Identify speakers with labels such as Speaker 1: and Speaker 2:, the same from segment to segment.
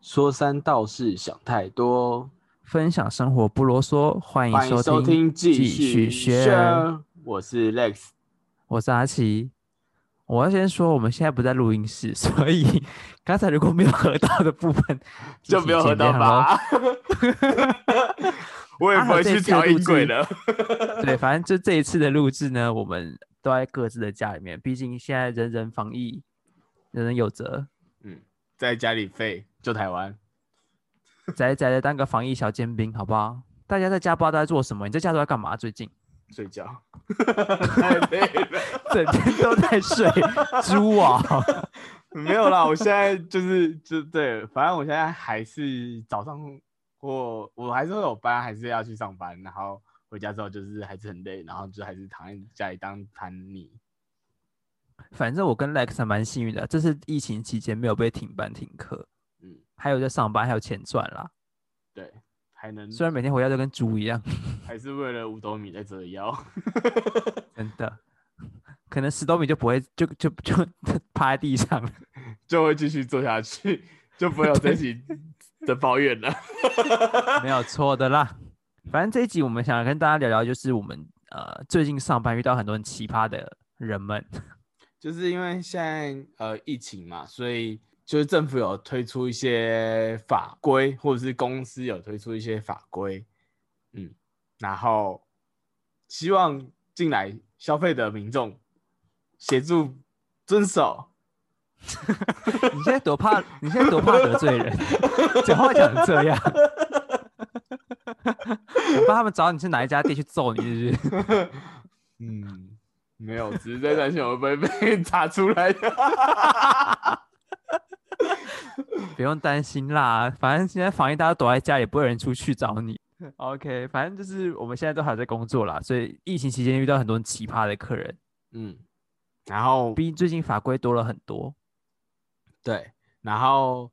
Speaker 1: 说三道四，想太多。
Speaker 2: 分享生活不啰嗦，欢
Speaker 1: 欢
Speaker 2: 迎
Speaker 1: 迎收听，继
Speaker 2: 继
Speaker 1: 续
Speaker 2: 续
Speaker 1: 学。我是 Lex，
Speaker 2: 我是阿奇。我要先说，我们现在不在录音室， 所以刚才如果没有合到的部分，
Speaker 1: 就
Speaker 2: 敬
Speaker 1: 没有
Speaker 2: 请
Speaker 1: 喝到
Speaker 2: 见谅
Speaker 1: 吧？ 我也
Speaker 2: 啊
Speaker 1: 不会
Speaker 2: 这一
Speaker 1: 去
Speaker 2: 次的
Speaker 1: 调
Speaker 2: 录
Speaker 1: 音轨
Speaker 2: 制
Speaker 1: 的。
Speaker 2: 咯。对，反正就这一次的录制呢，我们都在各自的家里面，毕竟现在人人防疫，人人有责，
Speaker 1: 嗯，在家里废，就台湾。
Speaker 2: 宅宅的当个防疫小尖兵，好不好？大家在家不知道都在做什么，你在家都在干嘛？最近
Speaker 1: 睡觉， 太累了。
Speaker 2: 整天都在睡， 猪啊！
Speaker 1: 没有啦，我现在就是就对，反正我现在还是早上我我还是会有班，还是要去上班，然后回家之后就是还是很累，然后就还是躺在家里当瘫泥。
Speaker 2: 反正我跟 Lex 还蛮幸运的，这是疫情期间没有被停班停课，
Speaker 1: 嗯，
Speaker 2: 还有在上班，还有钱赚啦。
Speaker 1: 对，还能
Speaker 2: 虽然每天回家都跟猪一样，
Speaker 1: 还是为了五斗米在折腰。
Speaker 2: 真的，可能十多米就不会就就就 趴在地上了。
Speaker 1: 就会继续做下去， 就不会有这集的抱怨了。
Speaker 2: 没有错的啦。反正这一集我们想跟大家聊聊，就是我们呃最近上班遇到很多很奇葩的人们，
Speaker 1: 就是因为现在呃疫情嘛，所以就是政府有推出一些法规，或者是公司有推出一些法规，嗯，然后希望进来消费的民众协助遵守。
Speaker 2: 你现在多怕，你现在多怕得罪人，讲话讲成这样。 我怕他们找你去哪一家店去揍你，是不是？
Speaker 1: 嗯，没有，只是 在担心我会不会被 查出来的。
Speaker 2: 不用担心啦，反正现在防疫大家躲在家里，不会有人出去找你。OK，反正就是我们现在都还在工作啦，所以疫情期间遇到很多很奇葩的客人，
Speaker 1: 嗯，然后
Speaker 2: 毕竟最近法规多了很多。
Speaker 1: 对，然后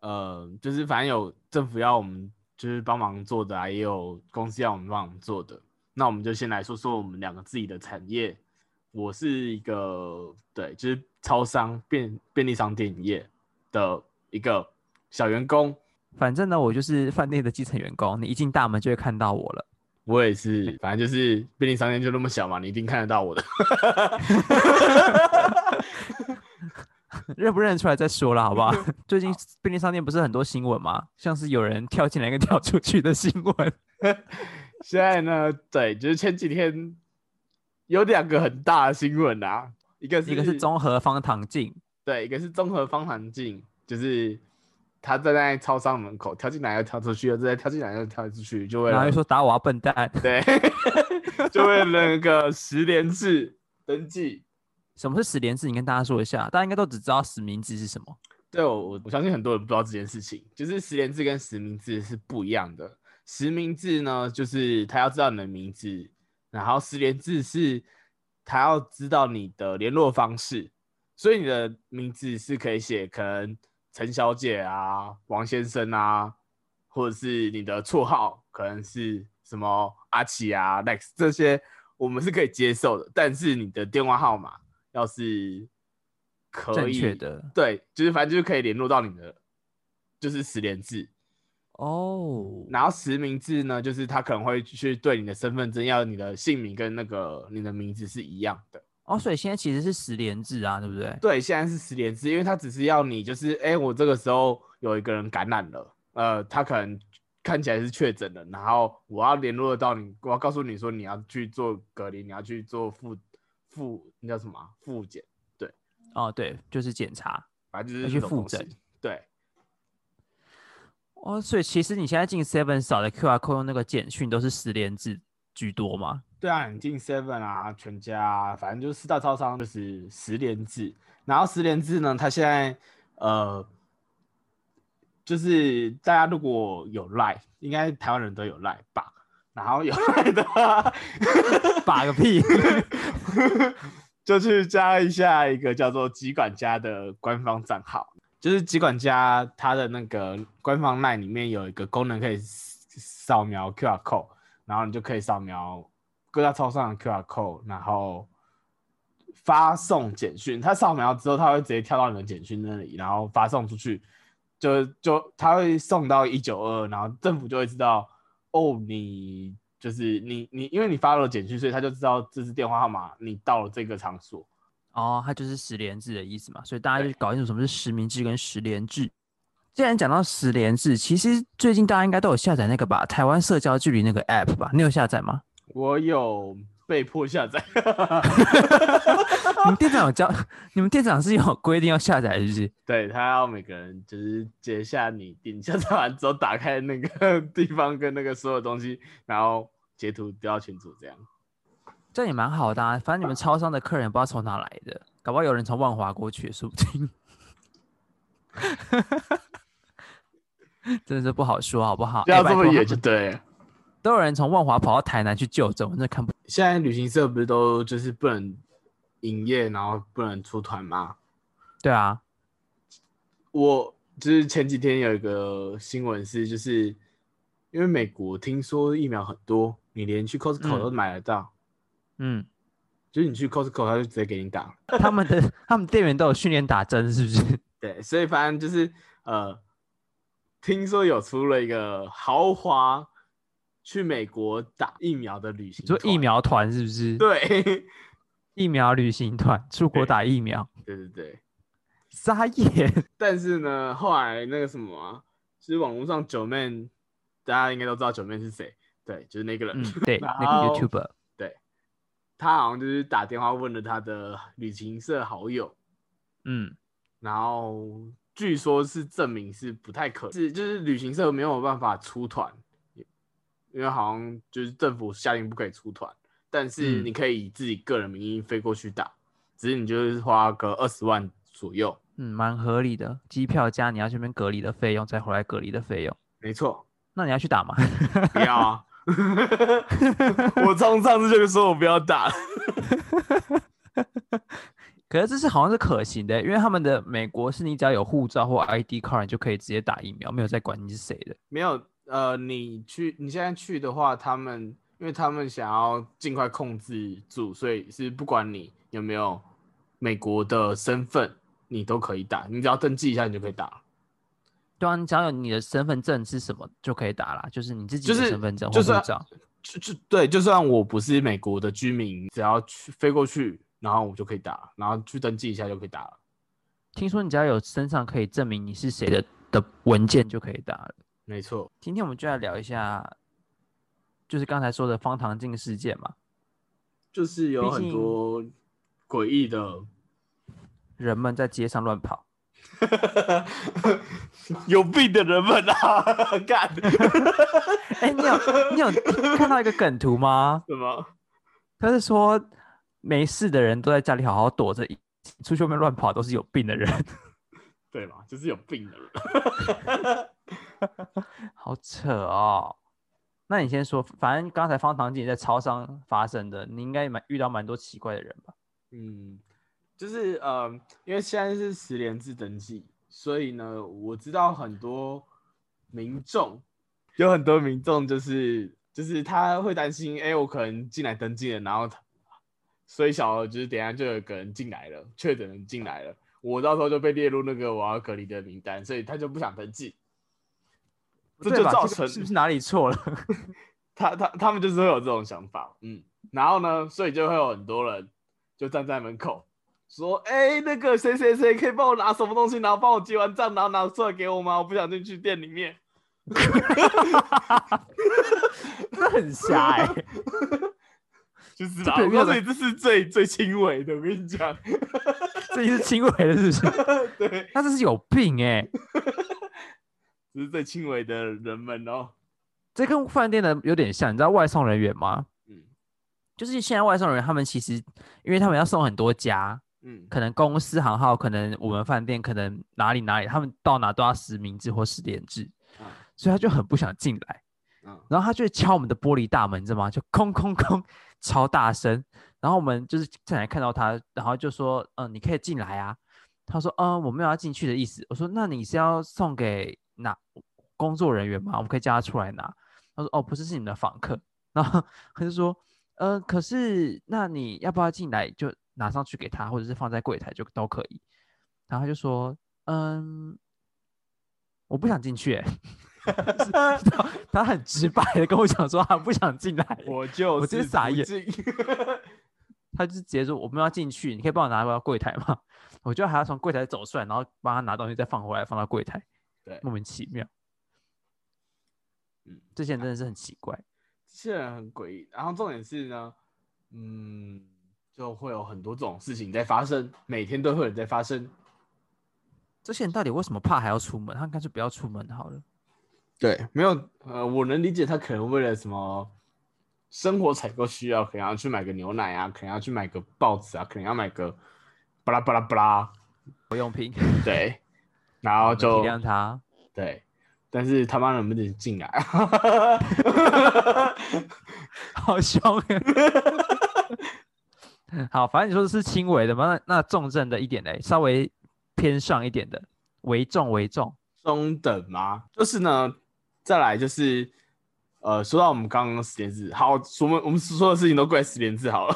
Speaker 1: 呃，就是反正有政府要我们就是帮忙做的啊，也有公司要我们帮忙做的。那我们就先来说说我们两个自己的产业。我是一个对，就是超商便便利商店业的一个小员工，
Speaker 2: 反正呢，我就是饭店的基层员工，你一进大门就会看到我了。
Speaker 1: 我也是，反正就是便利商店就那么小嘛，你一定看得到我的。
Speaker 2: 认不认得出来再说了，好 不好？最近便利商店不是很多新闻吗？像是有人跳进来跟跳出去的新 闻。
Speaker 1: 现在呢，对，就是前几天有两个很大的新闻啊，一个是
Speaker 2: 一个是综合方糖镜，
Speaker 1: 对，一个是综合方环境，就是他站在超商门口跳进来又跳出去，又再跳进来又跳出去，就为
Speaker 2: 然后
Speaker 1: 了
Speaker 2: 又说打我啊笨蛋，
Speaker 1: 对， 就为了那个十连制登记。
Speaker 2: 什么是十连制？你跟大家说一下，大家应该都只知道实名制是什么。
Speaker 1: 对我我我相信很多人不知道这件事情，就是十连制跟实名制是不一样的。实名制呢，就是他要知道你的名字，然后十连制是他要知道你的联络方式，所以你的名字是可以写可能陈小姐啊、王先生啊，或者是你的绰号可能是什么阿奇啊、Lex 这些，我们是可以接受的。但是你的电话号码要是可
Speaker 2: 正
Speaker 1: 以
Speaker 2: 确的
Speaker 1: 对，就是反正就是可以联络到你的，就是十连制。
Speaker 2: 哦，
Speaker 1: 然后实名制呢，就是他可能会去对你的身份证要你的姓名跟那个你的名字是一样的。
Speaker 2: 哦，所以现在其实是十连制啊，对不对？
Speaker 1: 对，现在是十连制，因为他只是要你就是，哎、我这个时候有一个人感染了，呃，他可能看起来是确诊了，然后我要联络到你，我要告诉你说你要去做隔离，你要去做复复那叫什么啊复检，
Speaker 2: 哦，对，就是检查。
Speaker 1: 反正就
Speaker 2: 要
Speaker 1: 是
Speaker 2: 去
Speaker 1: 这种
Speaker 2: 复
Speaker 1: 东西
Speaker 2: 诊。
Speaker 1: 对，
Speaker 2: 哦，所以其实你现在进 Seven 扫的 QR code 用那个简讯都是十连制居多 嘛？
Speaker 1: 对啊，你进 Seven 啊，全家啊，反正就是四大超商就是十连制。然后十连制呢，它现在呃，就是大家如果有 Line，应该台湾人都有 Line 吧？然后有 Line 的话，
Speaker 2: 把个屁！
Speaker 1: 就去加一下一个叫做“集管家”的官方账号。就是集管家它的那个官方 LINE 里面有一个功能可以扫描 QR code，然后你就可以扫描各大超商的 QR code，然后发送简讯。它扫描之后，它会直接跳到你的简讯那里，然后发送出去。就就他会送到一九二，然后政府就会知道哦，你就是你你，因为你发了简讯，所以他就知道这是电话号码，你到了这个场所。
Speaker 2: 哦，它就是十连制的意思嘛，所以大家就搞清楚什么是实名制跟十连制。既然讲到十连制，其实最近大家应该都有下载那个吧，台湾社交距离那个 app 吧，你有下载吗？
Speaker 1: 我有被迫下载，
Speaker 2: 你们店长有教， 你们店长是有规定要下载，是不是？
Speaker 1: 对他要每个人就是截下你点下载完之后，打开那个 地方跟那个所有东西，然后截图丢到群组这样。
Speaker 2: 这样也蛮好的、啊，反正你们超商的客人不知道从哪来的，搞不好有人从万华过去，说不定。 真的是不好说，好不好？哎
Speaker 1: 不要这么
Speaker 2: 野
Speaker 1: 野就对了。
Speaker 2: 都有人从万华跑到台南去就诊，我真的看不。
Speaker 1: 现在旅行社不是都就是不能营业，然后不能出团吗？
Speaker 2: 对啊，
Speaker 1: 我就是前几天有一个新闻是，就是因为美国听说疫苗很多，你连去 Costco
Speaker 2: 嗯
Speaker 1: 都买得到，
Speaker 2: 嗯，
Speaker 1: 就是你去 Costco 他就直接给你打。
Speaker 2: 他们的 他们店员都有训练打针，是不是？
Speaker 1: 对，所以反正就是呃，听说有出了一个豪华去美国打疫苗的旅行
Speaker 2: 说
Speaker 1: 团，
Speaker 2: 疫苗团是不是？
Speaker 1: 对，
Speaker 2: 疫苗旅行团出国
Speaker 1: 对
Speaker 2: 打疫苗，
Speaker 1: 对对对。
Speaker 2: 撒野。
Speaker 1: 但是呢，后来那个什么啊，就是网络上九妹，大家应该都知道九妹是谁，对，就是那个人，
Speaker 2: 嗯，对，那
Speaker 1: 然
Speaker 2: 个
Speaker 1: 后
Speaker 2: YouTuber，
Speaker 1: 他好像就是打电话问了他的旅行社好友，
Speaker 2: 嗯，
Speaker 1: 然后据说是证明是不太可，是就是旅行社没有办法出团，因为好像就是政府下令不可以出团，但是
Speaker 2: 嗯
Speaker 1: 你可以以自己个人名义飞过去打，只是你就是花个二十万左右，
Speaker 2: 嗯，蛮合理的，机票加你要去那边隔离的费用，再回来隔离的费用。
Speaker 1: 没错，
Speaker 2: 那你要去打吗？
Speaker 1: 不要啊！ 我从上次就说我不要打，
Speaker 2: 可是这是好像是可行的，因为他们的美国是你只要有护照或 ID card，你就可以直接打疫苗，没有在管你是谁的。
Speaker 1: 没有呃，你去你现在去的话，他们因为他们想要尽快控制住，所以是不管你有没有美国的身份，你都可以打，你只要登记一下你就可以打，
Speaker 2: 对啊，你只要有你的身份证是什么就可以打啦，就是你自己
Speaker 1: 就
Speaker 2: 的
Speaker 1: 是
Speaker 2: 身份证
Speaker 1: 就
Speaker 2: 或护
Speaker 1: 是啊
Speaker 2: 照。
Speaker 1: 就就对，就算我不是美国的居民，只要去飞过去，然后我就可以打，然后去登记一下就可以打了，
Speaker 2: 听说你只要有身上可以证明你是谁的的文件就可以打了。
Speaker 1: 没错，
Speaker 2: 今天我们就来聊一下，就是刚才说的方唐镜事件嘛，
Speaker 1: 就是有
Speaker 2: 毕
Speaker 1: 很
Speaker 2: 竟
Speaker 1: 多诡异的
Speaker 2: 人们在街上乱跑。
Speaker 1: 有病的人们啊， 干
Speaker 2: 哎、你有你有看到一个梗图吗？
Speaker 1: 什么？
Speaker 2: 他是说没事的人都在家里好好躲着，出去外面乱跑都是有病的人，
Speaker 1: 对嘛，就是有病的人。
Speaker 2: 好扯哦。那你先说，反正刚才方唐镜也在超商发生的，你应该也蛮遇到蛮多奇怪的人吧？
Speaker 1: 嗯，就是呃，因为现在是十连制登记，所以呢，我知道很多民众，有很多民众就是就是他会担心，哎、我可能进来登记了，然后他所以小的就是等一下就有个人进来了，确诊人进来了，我到时候就被列入那个我要隔离的名单，所以他就不想登记。这
Speaker 2: 对
Speaker 1: 就
Speaker 2: 吧
Speaker 1: 造
Speaker 2: 个
Speaker 1: 成
Speaker 2: 是不是哪里错了？
Speaker 1: 他他他们就是会有这种想法，嗯，然后呢，所以就会有很多人就站在门口说，哎、那个谁谁谁可以帮我拿什么东西，然后帮我结完账，然后拿出来给我吗？我不想进去店里面。
Speaker 2: 这很瞎哎、
Speaker 1: 就是吧，
Speaker 2: 这
Speaker 1: 我
Speaker 2: 个月
Speaker 1: 告诉
Speaker 2: 的
Speaker 1: 你，这是最最轻微的，我跟你讲，
Speaker 2: 这已经是轻微的，是不是？
Speaker 1: 对，
Speaker 2: 他这是有病哎、
Speaker 1: 这是最轻微的人们哦，
Speaker 2: 这跟饭店的有点像，你知道外送人员吗？
Speaker 1: 嗯
Speaker 2: 就是现在外送人员他们其实，因为他们要送很多家，
Speaker 1: 嗯，
Speaker 2: 可能公司行号，可能我们饭店，可能哪里哪里，他们到哪都要实名制或十点制，
Speaker 1: 啊
Speaker 2: 所以他就很不想进来，
Speaker 1: 啊
Speaker 2: 然后他就会敲我们的玻璃大门，你知道吗？就空空空，超大声，然后我们就是正来看到他，然后就说，嗯、你可以进来啊。他说，嗯、我没有要进去的意思。我说，那你是要送给哪工作人员吗？我们可以叫他出来拿。他说，哦，不是，是你们的访客。然后他就说，呃，可是那你要不要进来就拿上去给他，或者是放在柜台就都可以。然后他就说，嗯，我不想进去、欸。他他很直白的跟我讲说他不想进来，
Speaker 1: 我就
Speaker 2: 我
Speaker 1: 我
Speaker 2: 真是傻 眼
Speaker 1: 对
Speaker 2: 他就直接说我们要进去，你可以帮我拿到柜台吗？我就还要从柜台走出来，然后帮他拿东西再放回来，放到柜台，莫名其妙。
Speaker 1: 嗯，
Speaker 2: 这些人真的是很奇怪。
Speaker 1: 这人很诡异。然后重点是呢，嗯，就会有很多这种事情在发生，每天都会有人在发生。
Speaker 2: 这些人到底为什么怕还要出门？他们干脆不要出门好了。
Speaker 1: 对，没有呃，我能理解他可能为了什么生活采购需要，可能要去买个牛奶啊，可能要去买个报纸啊，可能要买个巴拉巴拉巴拉，
Speaker 2: 我用品，
Speaker 1: 对，然后
Speaker 2: 我们
Speaker 1: 就
Speaker 2: 体谅他。
Speaker 1: 对，但是他妈能不能进来？
Speaker 2: 好凶欸！好，反正你说的是轻微的嘛，那那重症的一点嘞，稍微偏上一点的，为重为重。
Speaker 1: 中等吗？就是呢，再来就是，呃，说到我们刚刚的十连字，好，我们我们所有的事情都怪十连字好了，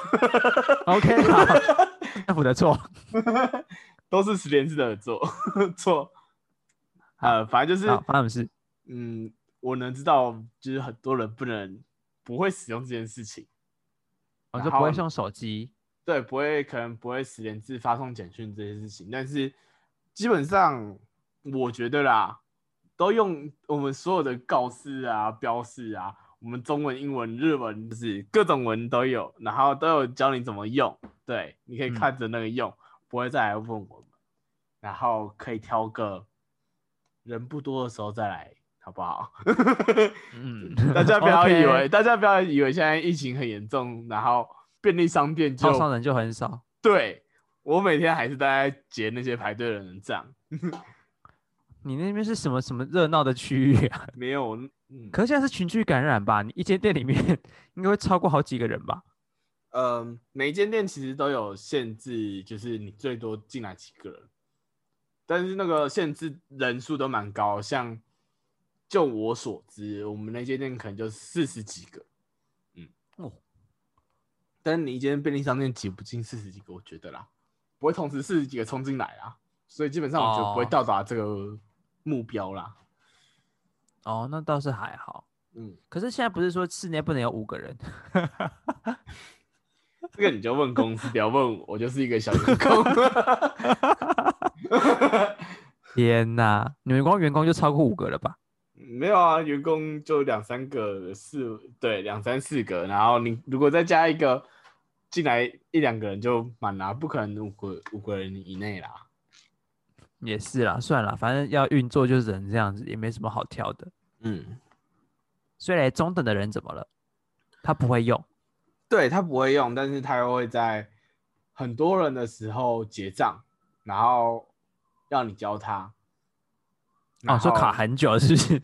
Speaker 2: OK，好， 政府的错。
Speaker 1: 都是十连字的错错，呃，反正就是
Speaker 2: 好，，发生什么事？
Speaker 1: 嗯，我能知道，就是很多人不能不会使用这件事情，
Speaker 2: 我就
Speaker 1: 然
Speaker 2: 不会
Speaker 1: 后
Speaker 2: 用手机，
Speaker 1: 对，不会，可能不会十连字发送简讯这些事情，但是基本上我觉得啦，都用我们所有的告示啊、标示啊，我们中文、英文、日文，就是各种文都有，然后都有教你怎么用，对，你可以
Speaker 2: 嗯
Speaker 1: 看着那个用，不会再来问我们，然后可以挑个人不多的时候再来，好不好？
Speaker 2: 嗯，
Speaker 1: 大家不要以
Speaker 2: OK
Speaker 1: 为，大家不要以为现在疫情很严重，然后便利商店就
Speaker 2: 超商人就很少。
Speaker 1: 对我每天还是待在结那些排队的人账，
Speaker 2: 你那边是什么什么热闹的区域 啊？
Speaker 1: 没有，嗯
Speaker 2: 可是现在是群聚感染吧？你一间店里面应该会超过好几个人吧？
Speaker 1: 呃，每一间店其实都有限制，就是你最多进来几个人，但是那个限制人数都蛮高，像就我所知，我们那间店可能就四十几个，嗯，
Speaker 2: 哦，
Speaker 1: 但是你一间便利商店挤不进四十几个，我觉得啦，不会同时四十几个冲进来啦，所以基本上我觉得不会
Speaker 2: 哦
Speaker 1: 到达这个目标啦，
Speaker 2: 哦，那倒是还好。
Speaker 1: 嗯，
Speaker 2: 可是现在不是说室内不能有五个人？
Speaker 1: 这个你就问公司，不要问我，我就是一个小员 工。
Speaker 2: 天哪，你们光员工就超过五个了吧？
Speaker 1: 没有啊，员工就两三个，四对两三四个，然后你如果再加一个进来一两个人就满啦，不可能五个五个人以内啦。
Speaker 2: 也是啦，算了，反正要运作就只能这样子，也没什么好挑的。
Speaker 1: 嗯，
Speaker 2: 所以嘞，中等的人怎么了？他不会用，
Speaker 1: 对他不会用，但是他又会在很多人的时候结账，然后让你教他。
Speaker 2: 哦，
Speaker 1: 然
Speaker 2: 说卡
Speaker 1: 后
Speaker 2: 很久是不是？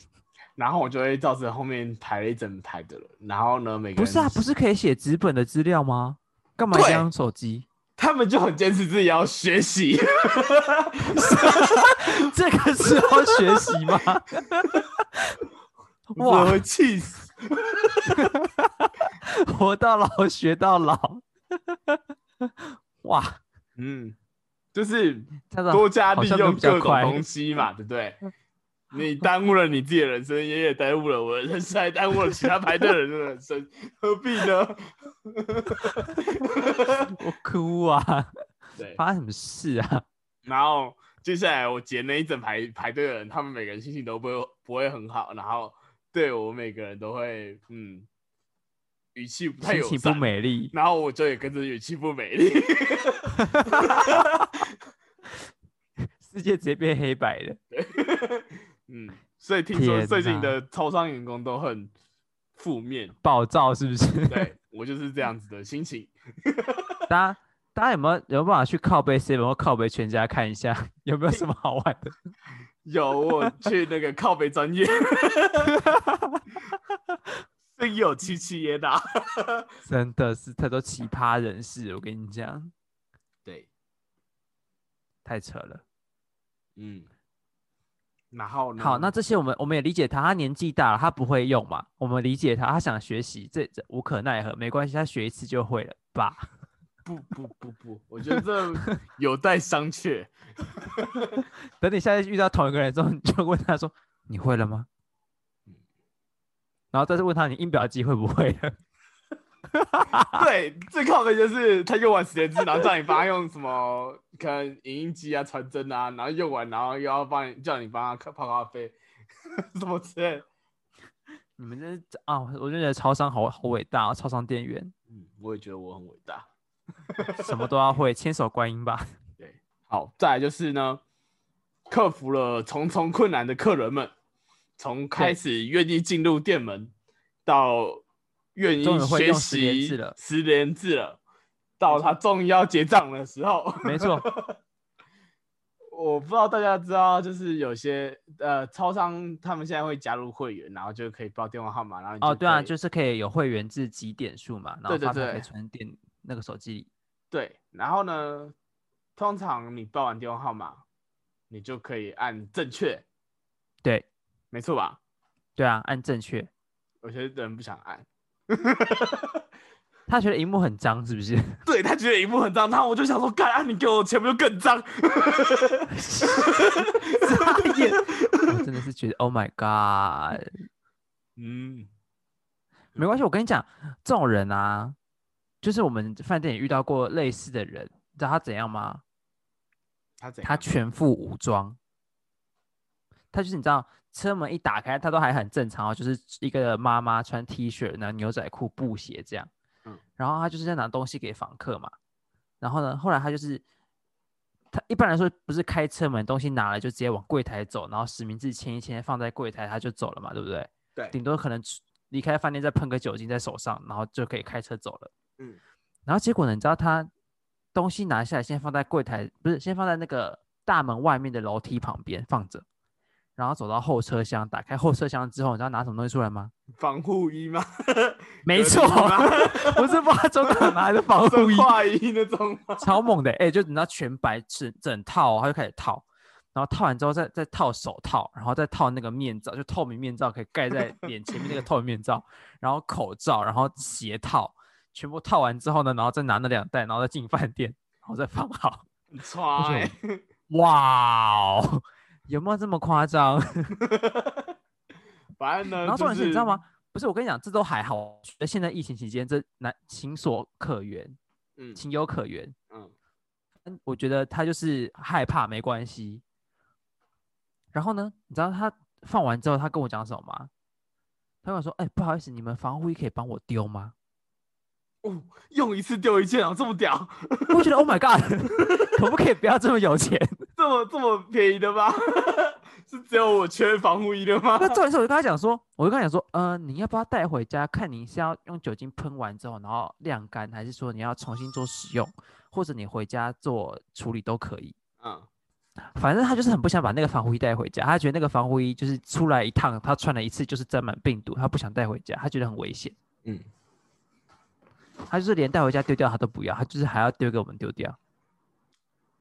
Speaker 1: 然后我就会造成后面排了一整排的人，然后呢，每个人
Speaker 2: 不是啊，不是可以写纸本的资料吗？干嘛一定要用手机？
Speaker 1: 他们就很坚持自己要学习，
Speaker 2: 这个时候学习 吗？
Speaker 1: 我
Speaker 2: 哇，
Speaker 1: 会气死。
Speaker 2: 活到老学到老， 哇，
Speaker 1: 嗯，就是
Speaker 2: 这样
Speaker 1: 多加
Speaker 2: 啊好
Speaker 1: 利
Speaker 2: 像都
Speaker 1: 用
Speaker 2: 比较
Speaker 1: 各种
Speaker 2: 快嗯
Speaker 1: 东西嘛，对不对？你耽误了你自己的人生，也也耽误了我的人生，还耽误了其他排队的人的人生，何必呢？
Speaker 2: 我哭啊！
Speaker 1: 对，
Speaker 2: 发生什么事啊？
Speaker 1: 然后接下来我截那一整排排队的人，他们每个人心情都不会不会很好，然后对我每个人都会嗯语气不太
Speaker 2: 心
Speaker 1: 友
Speaker 2: 情不
Speaker 1: 善，
Speaker 2: 美丽，
Speaker 1: 然后我就也跟着语气不美丽。
Speaker 2: 世界直接变黑白的。
Speaker 1: 嗯，所以听说
Speaker 2: 天
Speaker 1: 最近
Speaker 2: 哪
Speaker 1: 的超商员工都很负面，
Speaker 2: 暴躁是不 是？
Speaker 1: 对我就是这样子的心情。
Speaker 2: 大家大家有没有有没有办法去靠背 seven 或靠背全家看一下 有没有什么好玩的？
Speaker 1: 有我去那个靠北专业， 真有七七也打。
Speaker 2: 真的是太多奇葩人士，我跟你讲，
Speaker 1: 对，
Speaker 2: 太扯了。
Speaker 1: 嗯，然后呢？
Speaker 2: 好，那这些我们我们也理解他，他年纪大了，他不会用嘛，我们理解他，他想学习，这这无可奈何，没关系，他学一次就会了吧？
Speaker 1: 不不不不，我觉得 这有待商榷。
Speaker 2: 等你下次遇到同一个人之后，你就问他说：“你会了吗？”
Speaker 1: 嗯
Speaker 2: 然后再次问他：“你印表机会不会了
Speaker 1: 对，最靠的就是他用完十连制，然后叫你帮他用什么，可能影印机啊、传真啊，然后用完，然后又要帮你叫你帮他泡泡咖啡， 什么之类的。？”
Speaker 2: 你们真是啊，我就觉得超商好好伟大、哦，超商店员
Speaker 1: 嗯，我也觉得我很伟大。
Speaker 2: 什么都要会，千手观音吧。
Speaker 1: 好，再来就是呢，克服了重重困难的客人们，从开始愿意进入店门，到愿意
Speaker 2: 终于会
Speaker 1: 学
Speaker 2: 用十连
Speaker 1: 习
Speaker 2: 字了
Speaker 1: 十连字了，到他终于要结账的时候，
Speaker 2: 没错，
Speaker 1: 我不知道大家知道，就是有些呃超商他们现在会加入会员，然后就可以报电话号码，然后你
Speaker 2: 哦，对啊，
Speaker 1: 可以
Speaker 2: 就是可以有会员制几点数嘛，然后
Speaker 1: 对对
Speaker 2: 发票可
Speaker 1: 对
Speaker 2: 以存电那个手机里。
Speaker 1: 对，然后呢，通常你报完电话号码，你就可以按正确，
Speaker 2: 对
Speaker 1: 没错吧？
Speaker 2: 对啊，按正确。
Speaker 1: 有些人不想按，
Speaker 2: 他觉得荧幕很脏，是不是？
Speaker 1: 对他觉得荧幕很脏，然后我就想说，干，啊、你给我钱不就更脏？
Speaker 2: 傻眼我 真的是觉得，Oh my god！
Speaker 1: 嗯，
Speaker 2: 没关系，我跟你讲，这种人啊，就是我们饭店也遇到过类似的人，你知道他怎样吗？
Speaker 1: 他怎
Speaker 2: 他
Speaker 1: 样？
Speaker 2: 全副武装，他就是你知道，车门一打开，他都还很正常哦，就是一个妈妈穿 T 恤，然后牛仔裤、布鞋这样，
Speaker 1: 嗯
Speaker 2: 然后他就是在拿东西给房客嘛，然后呢，后来他就是。他一般来说不是开车门，东西拿了就直接往柜台走，然后实名制签一签，放在柜台他就走了嘛，对不对？
Speaker 1: 对
Speaker 2: 顶多可能出离开饭店再喷个酒精在手上，然后就可以开车走了。
Speaker 1: 嗯，
Speaker 2: 然后结果呢，你知道他东西拿下来，先放在柜台，不是先放在那个大门外面的楼梯旁边放着，然后走到后车厢，打开后车厢之后，你知道拿什么东西出来吗？
Speaker 1: 防护衣吗？
Speaker 2: 没错，
Speaker 1: 不
Speaker 2: 我是不知道从哪拿的防护衣，
Speaker 1: 化衣那种吗？
Speaker 2: 超猛的，哎、就你知道全白整整套、哦，他就开始套。然后套完之后再再套手套，然后再套那个面罩，就透明面罩可以盖在脸前面那个透明面罩，然后口罩，然后鞋套，全部套完之后呢，然后再拿那两袋，然后再进饭店，然后再放好。
Speaker 1: 很穿、欸，
Speaker 2: 哇哦，有没有这么夸张？
Speaker 1: 反正呢，
Speaker 2: 然后重
Speaker 1: 呃就
Speaker 2: 点是，你知道吗？？不是，我跟你讲，这都还好。我觉得现在疫情期间，这难情所可原，
Speaker 1: 嗯
Speaker 2: 情有可原。
Speaker 1: 嗯，
Speaker 2: 嗯我觉得他就是害怕，没关系。然后呢，你知道他放完之后，他跟我讲什么吗？他跟我说：“哎、不好意思，你们防护衣可以帮我丢吗
Speaker 1: 哦，用一次丢一件哦，这么屌，？”
Speaker 2: 我觉得 “Oh my god”，可 不可以不要这么有钱？
Speaker 1: 这么这么便宜的吗？ 是只有我缺防护衣的吗？
Speaker 2: 那重点是，我就跟他讲说，我就跟他讲说，呃，你要不要带回家？看你是要用酒精喷完之后，然后晾干，还是说你要重新做使用，或者你回家做处理都可以。
Speaker 1: 嗯，
Speaker 2: 反正他就是很不想把那个防护衣带回家，他觉得那个防护衣就是出来一趟，他穿了一次就是沾满病毒，他不想带回家，他觉得很危险。
Speaker 1: 嗯，
Speaker 2: 他就是连带回家丢掉他都不要，他就是还要丢给我们丢掉。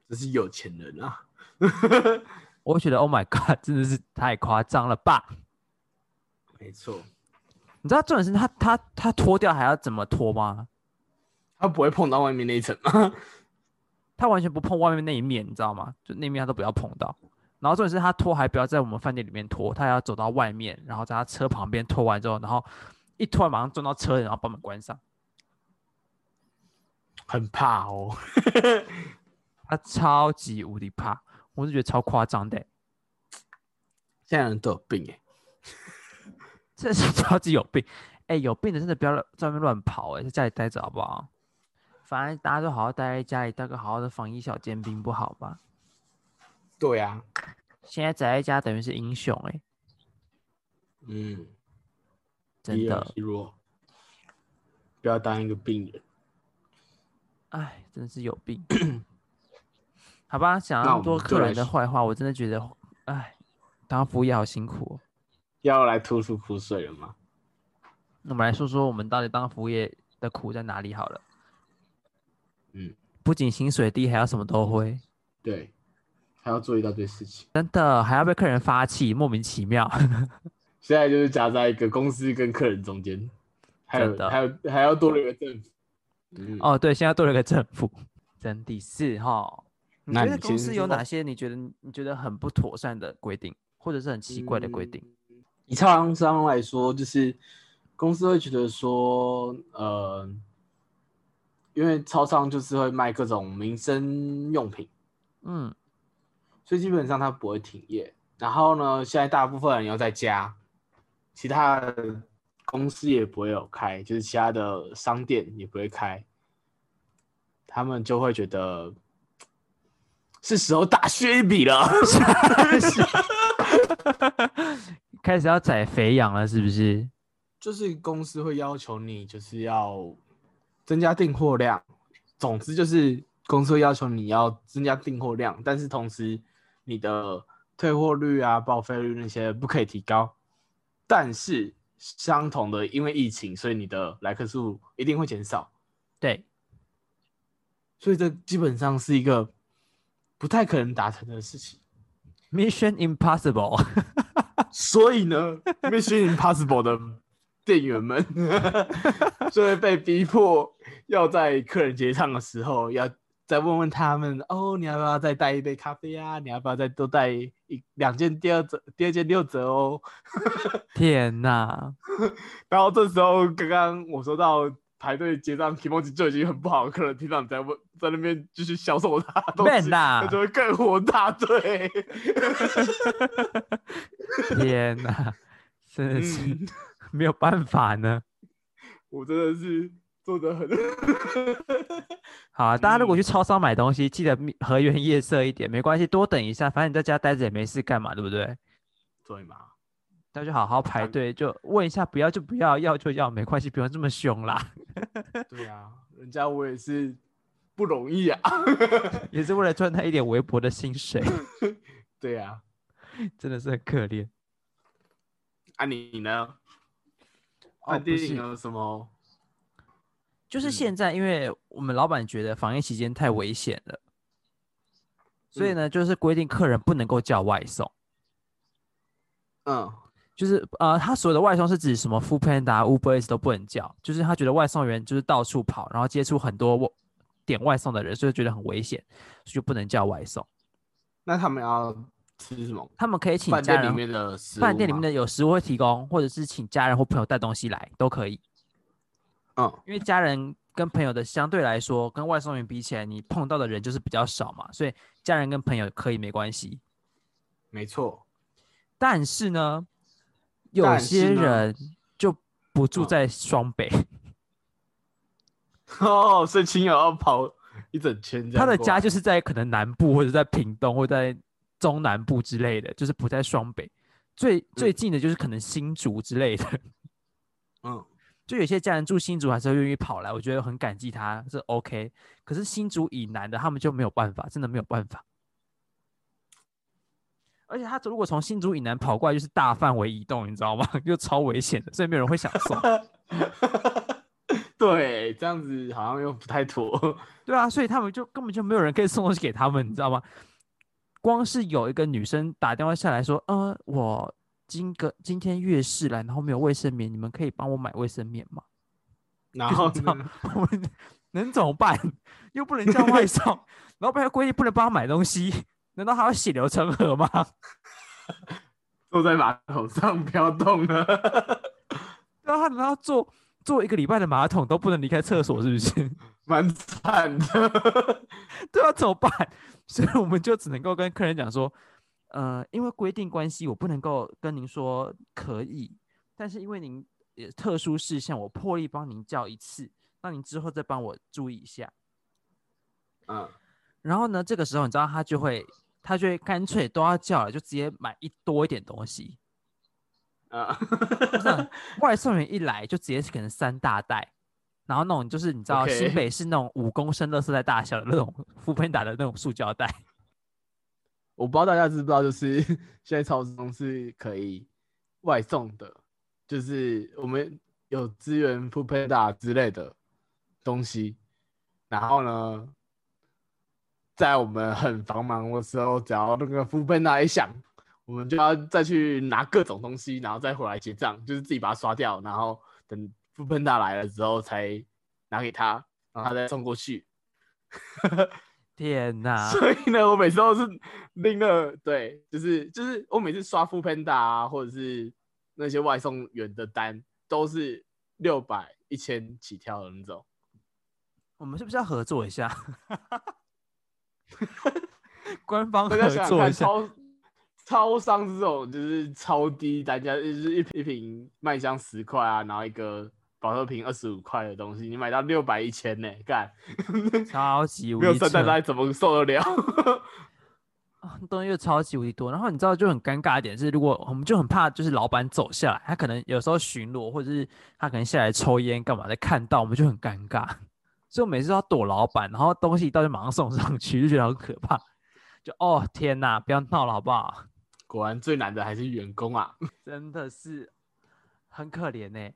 Speaker 1: 这是有钱人啊。
Speaker 2: 我会觉得 Oh my God，真的是太夸张了吧！
Speaker 1: 没错，
Speaker 2: 你知道重点是他他他脱掉还要怎么脱吗？
Speaker 1: 他不会碰到外面那一层吗？
Speaker 2: 他完全不碰外面那一面，你知道吗？就那面他都不要碰到。然后重点是他脱还不要在我们饭店里面脱，他还要走到外面，然后在他车旁边脱完之后，然后一脱完马上撞到车，然后把门关上。
Speaker 1: 很怕哦。
Speaker 2: 他超级无敌怕，我是觉得超夸张的欸、
Speaker 1: 现在人都有病哎、
Speaker 2: 真的是 超级有病。哎、有病的真的不要乱在外面乱跑、欸，哎，在家里待着好不好？反正大家都好好待在家里，当个好好的防疫小尖兵不好吗？
Speaker 1: 对啊，
Speaker 2: 现在宅在家等于是英雄、欸，哎，
Speaker 1: 嗯，
Speaker 2: 真
Speaker 1: 也有
Speaker 2: 的，
Speaker 1: 希弱，不要当一个病人。
Speaker 2: 哎，真的是有病。 好吧，讲了
Speaker 1: 那
Speaker 2: 那
Speaker 1: 我
Speaker 2: 么多
Speaker 1: 们就
Speaker 2: 客
Speaker 1: 来
Speaker 2: 人的
Speaker 1: 说
Speaker 2: 坏话，我真的觉得，哎，当服务业好辛苦、哦。
Speaker 1: 要来吐出苦水了吗？
Speaker 2: 那我们来说说我们到底当服务业的苦在哪里好了。
Speaker 1: 嗯，
Speaker 2: 不仅薪水低，还要什么都会。
Speaker 1: 对，还要做一大堆事情。
Speaker 2: 真的还要被客人发气，莫名其妙。
Speaker 1: 现在就是夹在一个公司跟客人中间，还有
Speaker 2: 真的
Speaker 1: 还有还要多了一个政府。嗯，
Speaker 2: 哦，对，现在多了个政府。真第四哈，你
Speaker 1: 那
Speaker 2: 觉得
Speaker 1: 你
Speaker 2: 公
Speaker 1: 先
Speaker 2: 司有
Speaker 1: 说
Speaker 2: 哪些你觉得你觉得很不妥善的规定，或者是很奇怪的规定？
Speaker 1: 嗯以超商来说，就是公司会觉得说，呃，因为超商就是会卖各种民生用品，
Speaker 2: 嗯，
Speaker 1: 所以基本上它不会停业。然后呢，现在大部分人要在家，其他的公司也不会有开，就是其他的商店也不会开，他们就会觉得是时候大削一笔了。
Speaker 2: 嗯 开始要宰肥羊了，是不是？
Speaker 1: 就是公司会要求你就是要增加订货量，总之就是公司会要求你要增加订货量，但是同时你的退货率啊、报废率那些不可以提高。但是相同的，因为疫情，所以你的来客数一定会减少，
Speaker 2: 对，
Speaker 1: 所以这基本上是一个不太可能达成的事情。
Speaker 2: Mission Impossible，
Speaker 1: 所以呢，Mission Impossible 的店员 们就会被逼迫要在客人结账的时候，要再问问他们哦，你要不要再带一杯咖啡啊？你要不要再多带一两件第二折，第二件六折哦？
Speaker 2: 天哪！
Speaker 1: 然后这时候，刚刚我说到排队结账 k i m o j i 就已经很不好的客人，听到你在问，在那边继续销售他的东
Speaker 2: Man
Speaker 1: 西，
Speaker 2: 呐
Speaker 1: 他 就会更火大。对，
Speaker 2: 天哪， 真的是、
Speaker 1: 嗯，
Speaker 2: 没有办法呢。
Speaker 1: 我真的是做的很。
Speaker 2: 好啊、大家如果
Speaker 1: 嗯
Speaker 2: 去超商买东西，记得密河源夜色一点，没关系，多等一下，反正你在家待着也没事干嘛，对不对？
Speaker 1: 对嘛？
Speaker 2: 那就好好排
Speaker 1: 嗯
Speaker 2: 队，就问一下，不要就不要，要就要，没关系，不用这么凶啦，
Speaker 1: 对啊，人家我也是不容易啊。
Speaker 2: 也是为了赚他一点微薄的薪水，
Speaker 1: 对啊，
Speaker 2: 真的是很可怜。
Speaker 1: 啊你呢？
Speaker 2: 哦，
Speaker 1: 饭
Speaker 2: 不
Speaker 1: 店
Speaker 2: 是，
Speaker 1: 有什么？
Speaker 2: 就是
Speaker 1: 嗯
Speaker 2: 现在，因为我们老板觉得防疫期间太危险了，所以
Speaker 1: 嗯
Speaker 2: 呢，就是规定客人不能够叫外送，
Speaker 1: 嗯，
Speaker 2: 就是呃，他所有的外送是指什么 f o o Panda、Uber Eats 都不能叫，就是他觉得外送员就是到处跑，然后接触很多点外送的人，所以觉得很危险，所以就不能叫外送。
Speaker 1: 那他们要吃什么？
Speaker 2: 他们可以请
Speaker 1: 饭
Speaker 2: 家
Speaker 1: 店里
Speaker 2: 人
Speaker 1: 面的食物吗，
Speaker 2: 饭店里面的有食物会提供，或者是请家人或朋友带东西来都可以，
Speaker 1: 嗯，
Speaker 2: 因为家人跟朋友的相对来说，跟外送员比起来，你碰到的人就是比较少嘛，所以家人跟朋友可以没关系。
Speaker 1: 没错，
Speaker 2: 但是呢，有
Speaker 1: 但是
Speaker 2: 些
Speaker 1: 呢
Speaker 2: 人就不住
Speaker 1: 嗯
Speaker 2: 在双北，
Speaker 1: 哦，所以亲友要跑一整圈这样过
Speaker 2: 他
Speaker 1: 来。
Speaker 2: 的家就是在可能南部或者在屏东或者在中南部之类的，就是不在双北。最最近的就是可能新竹之类的，
Speaker 1: 嗯，
Speaker 2: 就有些家人住新竹还是会愿意跑来，我觉得很感激他是 OK。可是新竹以南的他们就没有办法，真的没有办法。而且他如果从新竹以南跑过来，就是大范围移动，你知道吗？ 就超危险的，所以没有人会想送。
Speaker 1: 对，这样子好像又不太妥。
Speaker 2: 对啊，所以他们就根本就没有人可以送东西给他们，你知道吗？光是有一个女生打电话下来说，呃，我今个今天月事来，然后没有卫生棉，你们可以帮我买卫生棉吗？
Speaker 1: 然后
Speaker 2: 知
Speaker 1: 呢
Speaker 2: 道？我们能怎么办？又不能叫外送，老板又规定不能帮他买东西，难道还要血流成河吗？
Speaker 1: 坐在马桶上不要动了。
Speaker 2: 然啊后他难道坐坐一个礼拜的马桶都不能离开厕所，是不是？
Speaker 1: 蛮惨的。
Speaker 2: 对啊，怎么办？ 所以我们就只能够跟客人讲说，呃，因为规定关系，我不能够跟您说可以，但是因为您呃特殊事项，我破例帮您叫一次，那您之后再帮我注意一下。
Speaker 1: 嗯，
Speaker 2: 然后呢，这个时候你知道他就会，他就会干脆都要叫了，就直接买一多一点东西。
Speaker 1: 啊，
Speaker 2: 那外送员一来就直接是可能三大袋，然后那种就是你知道
Speaker 1: OK
Speaker 2: 新北市那种五公升垃圾袋大小的那种 扶贫打的那种塑胶袋。
Speaker 1: 我不知道大家知不知道，就是 现在超市中是可以外送的，就是我们有资源 f o o p a n d a 之类的东西，然后呢，在我们很繁忙的时候，只要那个 f o o p a n d a 一响，我们就要再去拿各种东西，然后再回来结账，就是自己把它刷掉，然后等 f o o p a n d a 来了之后才拿给他，然然后他再送过去。
Speaker 2: 天 哪！
Speaker 1: 所以呢，我每次都是拎了，对，就是就是我每次刷 f o o Panda 啊，或者是那些外送员的单，都是六百、一千起跳的那 种。
Speaker 2: 我们是不是要合作一下？ 官方
Speaker 1: 大
Speaker 2: 合
Speaker 1: 家想想
Speaker 2: 作一
Speaker 1: 看，
Speaker 2: 下，
Speaker 1: 超超商这种就是超低单价，就是一一瓶麦香十块啊，然后一个保特瓶二十五块的东西，你买到六百、一千呢，干，
Speaker 2: 超级 无
Speaker 1: 没有
Speaker 2: 敌
Speaker 1: 三
Speaker 2: 扯
Speaker 1: 单单怎么受得了？
Speaker 2: 啊，东西又超级无敌多。然后你知道就很尴尬一点是，如果我们就很怕，就是老板走下来，他可能有时候巡逻，或者是他可能下来抽烟干嘛的，看到我们就很尴尬。所以我每次都要躲老板，然后东西一到就马上送上去，就觉得很可怕。就哦天哪，不要闹了好不好？
Speaker 1: 果然最难的还是员工啊。
Speaker 2: 真的是很可怜呢、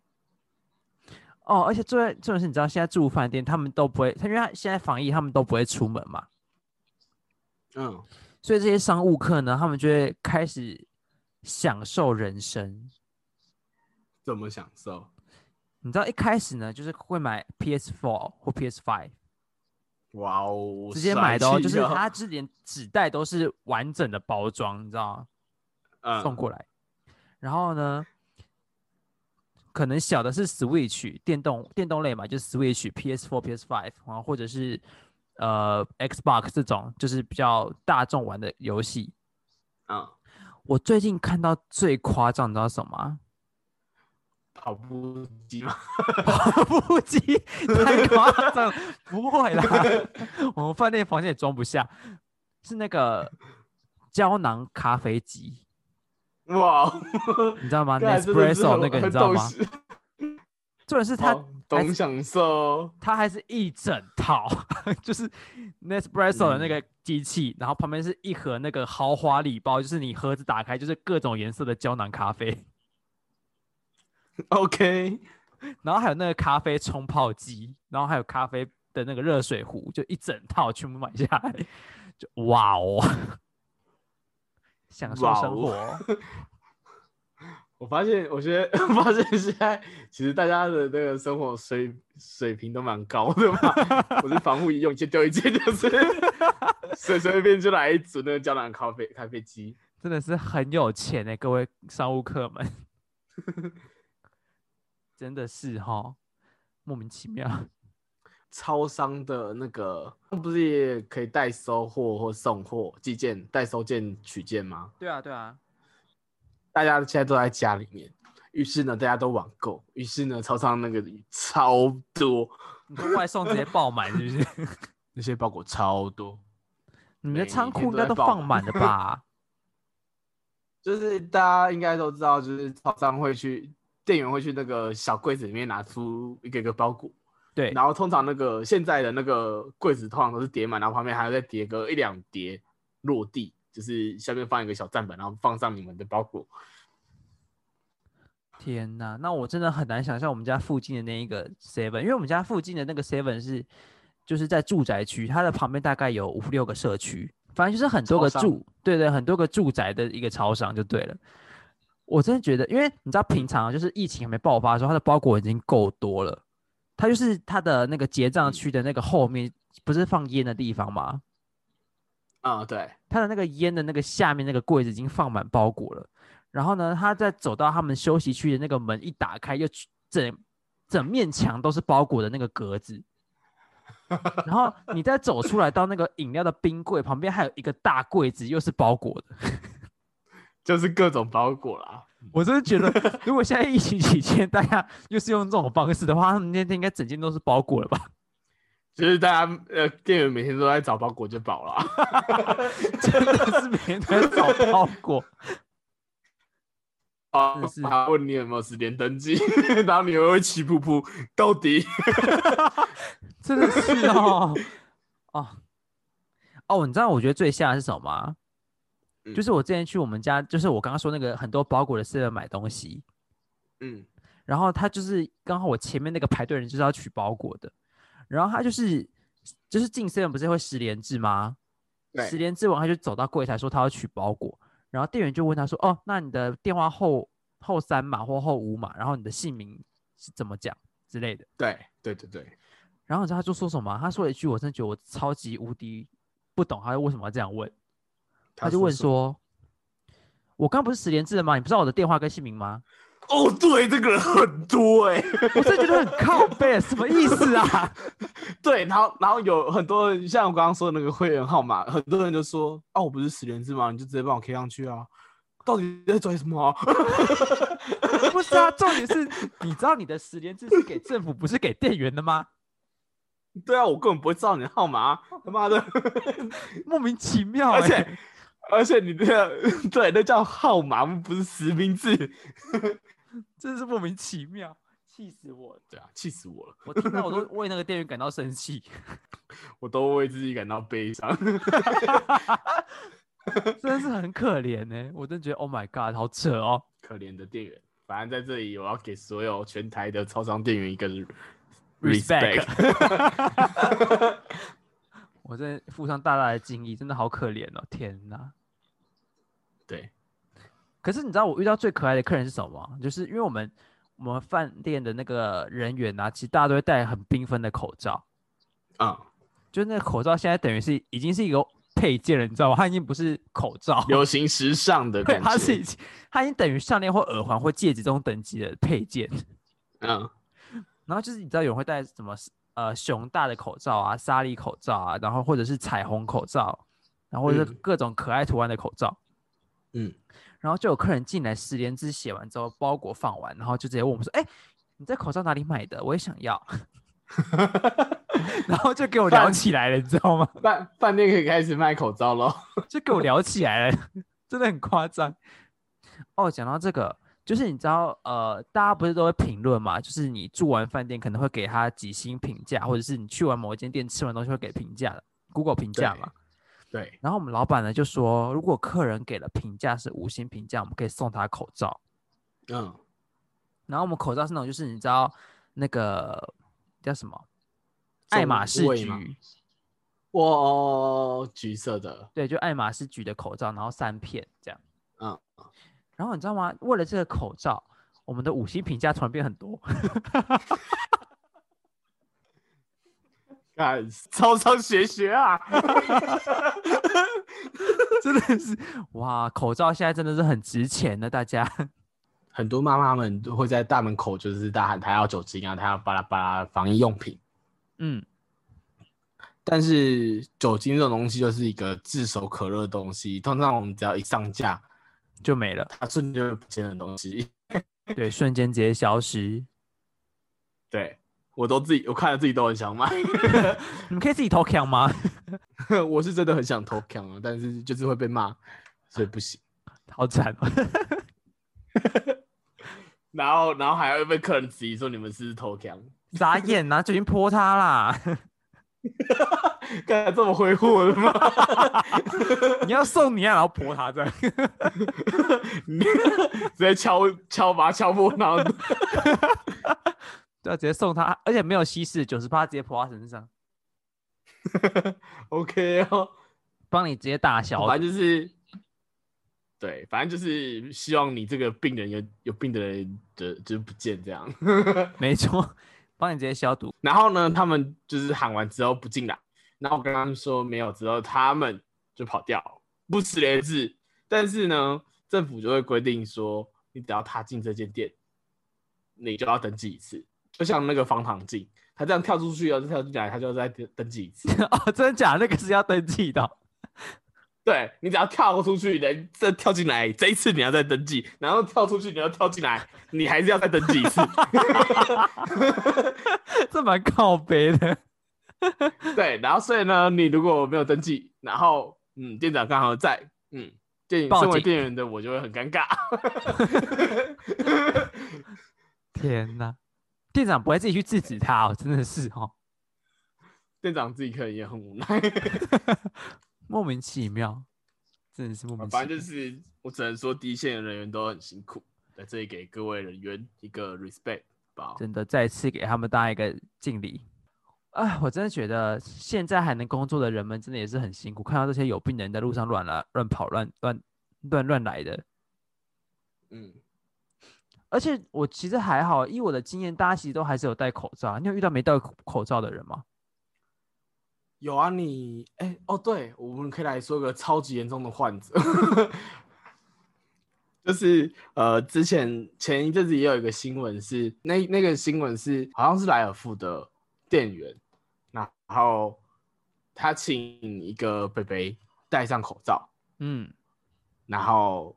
Speaker 2: 哦，而且最重点是，你知道现在住饭店，他们都不会，他因为他现在防疫，他们都不会出门嘛，
Speaker 1: 嗯，
Speaker 2: 所以这些商务客呢，他们就会开始享受人生。
Speaker 1: 怎么享受？
Speaker 2: 你知道一开始呢，就是会买 PS4 或 PS5，
Speaker 1: 哇哦，
Speaker 2: 直接买的哦，
Speaker 1: 帅
Speaker 2: 就
Speaker 1: 气
Speaker 2: 是它是连纸袋都是完整的包装，你知道吗？送
Speaker 1: 嗯，
Speaker 2: 过来。然后呢，可能小的是 Switch 电动电动类嘛，就是 Switch、PS4、PS5，然后或者是呃 Xbox 这种，就是比较大众玩的游戏。
Speaker 1: 嗯，
Speaker 2: 我最近看到最夸张，你知道什么 吗？
Speaker 1: 跑步机嘛，
Speaker 2: 跑步机太夸张了，不会啦， 我们饭店房间也装不下，是那个胶囊咖啡机，
Speaker 1: 哇哦，
Speaker 2: 你知道吗
Speaker 1: 干啊真的是
Speaker 2: ？Nespresso
Speaker 1: 很
Speaker 2: 啊那个你
Speaker 1: 很
Speaker 2: 知道
Speaker 1: 懂
Speaker 2: 吗？
Speaker 1: 事哦
Speaker 2: 重点是它
Speaker 1: 好懂享受，
Speaker 2: 它还是一整套， 就是 Nespresso 的那个机器，然后旁边是一盒那个豪华礼包，就是你盒子打开就是各种颜色的胶囊咖啡，
Speaker 1: OK，
Speaker 2: 然后还有那个咖啡冲泡机，然后还有咖啡的那个热水壶，就一整套全部买下来， 就哇哦， 享受
Speaker 1: 哇
Speaker 2: 生
Speaker 1: 哦
Speaker 2: 活。
Speaker 1: 我发现，我觉得 我发现现在其实大家的那个生活水水平都蛮高 的嘛。我是防护仪用一件丢一件，就是 随随便就来一组那个胶囊咖啡咖啡机。
Speaker 2: 真的是很有钱哎、各位商务客们， 真的是哈，莫名其妙。
Speaker 1: 超商的那个不是也可以代收货或送货、寄件、代收件、取件吗？
Speaker 2: 对啊，对啊，
Speaker 1: 大家现在都在家里面，于是呢，大家都网购，于是呢，超商那个超多，
Speaker 2: 你说外送直接爆满是不 是？
Speaker 1: 那些包裹超多，
Speaker 2: 你们的
Speaker 1: 每
Speaker 2: 仓
Speaker 1: 一
Speaker 2: 库
Speaker 1: 天
Speaker 2: 应
Speaker 1: 都
Speaker 2: 该
Speaker 1: 在
Speaker 2: 都
Speaker 1: 爆
Speaker 2: 放满了 吧？
Speaker 1: 就是大家应该都知道，就是超商会去，店员会去那个小柜子里面拿出一个一个包裹，
Speaker 2: 对，
Speaker 1: 然后通常那个现在的那个柜子通常都是叠满，然后旁边还要再叠个一两叠落地，就是下面放一个小站板，然后放上你们的包裹。
Speaker 2: 天呐，那我真的很难想象我们家附近的那一个 Seven，因为我们家附近的那个 Seven 是就是在住宅区，它的旁边大概有五六个社区，反正就是很多
Speaker 1: 超
Speaker 2: 个
Speaker 1: 商
Speaker 2: 住，对对，很多个住宅的一个超商就对了。我真的觉得，因为你知道，平常啊就是疫情还没爆发的时候，它的包裹已经够多了。它就是它的那个结账
Speaker 1: 嗯
Speaker 2: 区的那个后面，不是放烟的地方吗？
Speaker 1: 啊、对，
Speaker 2: 他的那个烟的那个下面那个柜子已经放满包裹了。然后呢，他再走到他们休息区的那个门一打开，又去整整面墙都是包裹的那个格子。然后你再走出来到那个饮料的冰柜旁边，还有一个大柜子，又是包裹的。
Speaker 1: 就是各种包裹啦。
Speaker 2: 我真的觉得，如果现在疫情期间大家又是用这种方式的话，他们那天应该整间都是包裹了吧？
Speaker 1: 就是大家呃，店员每天都在找包裹就饱了啊。
Speaker 2: 真的是每天都在找包裹。
Speaker 1: 啊
Speaker 2: 真的是
Speaker 1: 他问你有没有十连登记， 然后你又会气噗噗，到底
Speaker 2: 真的是 哦，哦，哦，你知道我觉得最吓的是什么吗？
Speaker 1: 嗯
Speaker 2: 就是我之前去我们家，就是我刚刚说那个很多包裹的 seven 买东西，
Speaker 1: 嗯，
Speaker 2: 然后他就是刚好我前面那个排队人就是要取包裹的，然后他就是就是进 seven 不是会十连制吗？十
Speaker 1: 对，
Speaker 2: 连制完他就走到柜台说他要取包裹，然后店员就问他说：“哦，那你的电话后后三码或后五码，然后你的姓名是怎么讲之类的。”
Speaker 1: 对，对对对，
Speaker 2: 然后你知道他就说什么吗？他说了一句，我真的觉得我超级无敌不懂他为什么要这样问。他就问
Speaker 1: 说
Speaker 2: 说：“我刚不是十连制的吗？你不知道我的电话跟姓名吗
Speaker 1: 哦，对，这个人很多哎、：”
Speaker 2: 我真的觉得很靠背，什么意思啊？
Speaker 1: 对，然后然后有很多人，像我刚刚说的那个会员号码，很多人就说啊，我不是十连制吗？你就直接帮我 K 上去啊，到底在拽什么啊、
Speaker 2: 不是啊，重点是你知道你的十连制是给政府，不是给店员的吗？
Speaker 1: 对啊，我根本不会知道你的号码啊，他妈 的！
Speaker 2: 莫名其妙、欸，
Speaker 1: 而且而且你那个 对，那叫号码，不是实名制。
Speaker 2: 真是莫名其妙，气死我了！
Speaker 1: 对啊，气死我了，
Speaker 2: 我听到我都为那个店员感到生气，
Speaker 1: 我都为自己感到悲伤。
Speaker 2: 真的是很可怜呢、我真的觉得 Oh my God，好扯哦。
Speaker 1: 可怜的店员，反正在这里我要给所有全台的超商店员一个
Speaker 2: Respect
Speaker 1: respect
Speaker 2: 我真的附上大大的敬意，真的好可怜哦！天哪！
Speaker 1: 对，
Speaker 2: 可是你知道我遇到最可爱的客人是什么吗？就是因为我们我们饭店的那个人员啊，其实大家都会戴很缤纷的口罩，
Speaker 1: 啊、嗯，
Speaker 2: 就是那个口罩现在等于是已经是一个配件了，你知道吗？它已经不是口罩，
Speaker 1: 流行时尚的
Speaker 2: 对，
Speaker 1: 感觉。
Speaker 2: 它是已经它已经等于项链或耳环或戒指这种等级的配件。
Speaker 1: 嗯，
Speaker 2: 然后就是你知道有人会戴什么呃熊大的口罩啊、沙粒口罩啊，然后或者是彩虹口罩，然后或者是
Speaker 1: 嗯
Speaker 2: 各种可爱图案的口罩。
Speaker 1: 嗯，
Speaker 2: 然后就有客人进来，十连字写完之后，包裹放完，然后就直接问我们说：“哎、你这口罩哪里买的？我也想要。”然后就给我聊
Speaker 1: 饭
Speaker 2: 起来了，你知道吗？
Speaker 1: 饭饭店可以开始卖口罩喽。
Speaker 2: 就给我聊起来了， 真的很夸张。哦，讲到这个，就是你知道，呃，大家不是都会评论嘛？就是你住完饭店可能会给他几星评价，或者是你去完某一间店吃完东西会给评价的，Google 评价
Speaker 1: 对
Speaker 2: 嘛。
Speaker 1: 对，
Speaker 2: 然后我们老板呢就说，如果客人给了评价是五星评价，我们可以送他口罩。
Speaker 1: 嗯，
Speaker 2: 然后我们口罩是那种，就是你知道那个叫什么爱
Speaker 1: 中
Speaker 2: 马仕
Speaker 1: 味吗
Speaker 2: 橘，
Speaker 1: 我橘色的，
Speaker 2: 对，就爱马仕橘的口罩，然后三片这样。
Speaker 1: 嗯，
Speaker 2: 然后你知道吗？为了这个口罩，我们的五星评价突然变很多，
Speaker 1: 看超商学学啊，
Speaker 2: 真的是哇！口罩现在真的是很值钱的，大家
Speaker 1: 很多妈妈们都会在大门口就是大喊她要酒精啊，她要巴拉巴拉防疫用品，
Speaker 2: 嗯，
Speaker 1: 但是酒精这种东西就是一个炙手可热的东西，通常我们只要一上架，
Speaker 2: 就没了，
Speaker 1: 它啊瞬间就不见的东西。
Speaker 2: 对，瞬间直接消失。
Speaker 1: 对我都自己，我看了自己都很想买，
Speaker 2: 你们可以自己投降吗？
Speaker 1: 我是真的很想投降啊，但是就是会被骂，所以不行。
Speaker 2: 好惨哦！
Speaker 1: 然后，然后还会被客人质疑说你们是不是投降，
Speaker 2: 眨眼呐、就已经泼他啦！
Speaker 1: 刚才这么挥霍了吗？
Speaker 2: 你要送你啊，然后泼他这样，
Speaker 1: 你 直接敲敲把它敲破，然后
Speaker 2: 对啊，直接送他，而且没有稀释，九十八直接泼他身上，
Speaker 1: OK 哦，
Speaker 2: 帮你直接大小。
Speaker 1: 反正就是，对，反正就是希望你这个病人有有病的人的就是不见这样。
Speaker 2: 没错，帮你直接消毒。
Speaker 1: 然后呢，他们就是喊完之后不进来，然后我跟他们说没有之后，他们就跑掉，不识廉耻。但是呢，政府就会规定说，你只要踏进这间店，你就要登记一次，就像那个防糖镜，他这样跳出去然后再跳进来，他就要再登登记一次。
Speaker 2: 哦，真的假的？那个是要登记的哦、
Speaker 1: 对你只要跳出去，人再跳进来，这一次你要再登记，然后跳出去你要跳进来，你还是要再登记一次。
Speaker 2: 这蛮靠背的。
Speaker 1: 对，然后所以呢，你如果没有登记，然后嗯，店长刚好在，嗯，店
Speaker 2: 报
Speaker 1: 身为
Speaker 2: 警
Speaker 1: 店员的我就会很尴尬。
Speaker 2: 天呐，店长不会自己去制止他哦，真的是哦，
Speaker 1: 店长自己可能也很无奈，
Speaker 2: 莫名其妙，真的是莫名其妙。
Speaker 1: 反正就是我只能说第一线的人员都很辛苦，在这里给各位人员一个 respect 吧。
Speaker 2: 真的再次给他们大家一个敬礼。哎，我真的觉得现在还能工作的人们真的也是很辛苦，看到这些有病的人在路上乱来、乱跑、乱乱乱乱来的，
Speaker 1: 嗯，
Speaker 2: 而且我其实还好，以我的经验，大家其实都还是有戴口罩。你有遇到没戴口口罩的人吗？
Speaker 1: 有啊你，哎、哦，对，我们可以来说个超级严重的患者， 就是呃，之前前一阵子也有一个新闻是，那那个新闻是好像是莱尔富的店员，然后他请一个北北戴上口罩，
Speaker 2: 嗯，
Speaker 1: 然后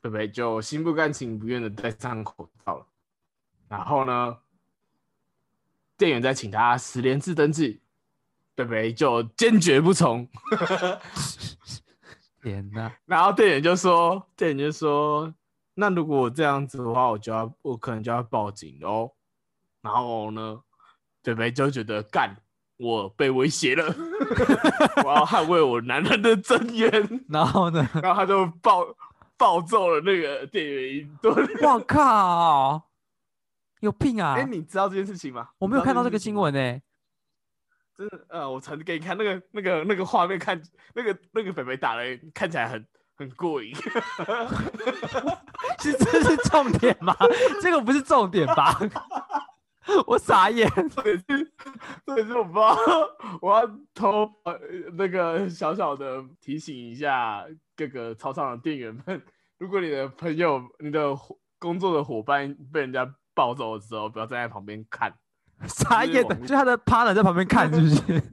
Speaker 1: 北北就心不甘情不愿的戴上口罩了。然后呢，店员再请他十连制登记，北北就坚决不从。
Speaker 2: 天呐，
Speaker 1: 然后店员就说，店员就说，那如果我这样子的话，我就要我可能就要报警哦。然后呢，北北就觉得干，我被威胁了， 我要捍卫我男人的尊严。
Speaker 2: 然后 呢？
Speaker 1: 然后他就暴暴揍了那个店员一顿。
Speaker 2: 我靠，有病啊！
Speaker 1: 哎、你知道这件事情吗？
Speaker 2: 我没有看到这个新闻呢、
Speaker 1: 你知道这件事情吗，真的，呃，我传给你看，那个、那个、那个画面看， 那个、那个北北打人，看起来很很过瘾。
Speaker 2: 欸 是这是重点吗？这个不是重点吧？ 我傻眼。
Speaker 1: 所以说，我不知道，我要偷呃那个小小的提醒一下各个操场的店员们，如果你的朋友、你的伙工作的伙伴被人家暴揍的时候，不要站在旁边看。
Speaker 2: 傻
Speaker 1: 就是
Speaker 2: 眼
Speaker 1: 网
Speaker 2: 的，
Speaker 1: 络
Speaker 2: 就他的 partner 在旁边看，是不是？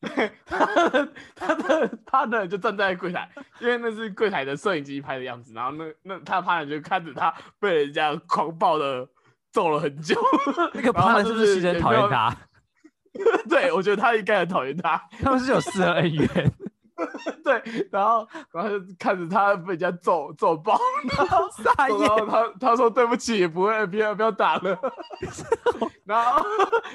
Speaker 1: 他的他的他的就站在柜台，因为那是柜台的摄影机拍的样子，然后那那他的 partner 就看着他被人家狂暴的揍了很久。
Speaker 2: 那个
Speaker 1: 然后他
Speaker 2: partner
Speaker 1: 就是
Speaker 2: 不是其实很
Speaker 1: 也
Speaker 2: 讨
Speaker 1: 没有
Speaker 2: 厌他？
Speaker 1: 对，我觉得他应该很讨厌他。
Speaker 2: 他们是有私人恩怨，
Speaker 1: 对，然后然后就看着他被人家揍揍爆， 然后然
Speaker 2: 傻
Speaker 1: 后
Speaker 2: 眼。
Speaker 1: 他他说对不起，也不会不要不要打了。然后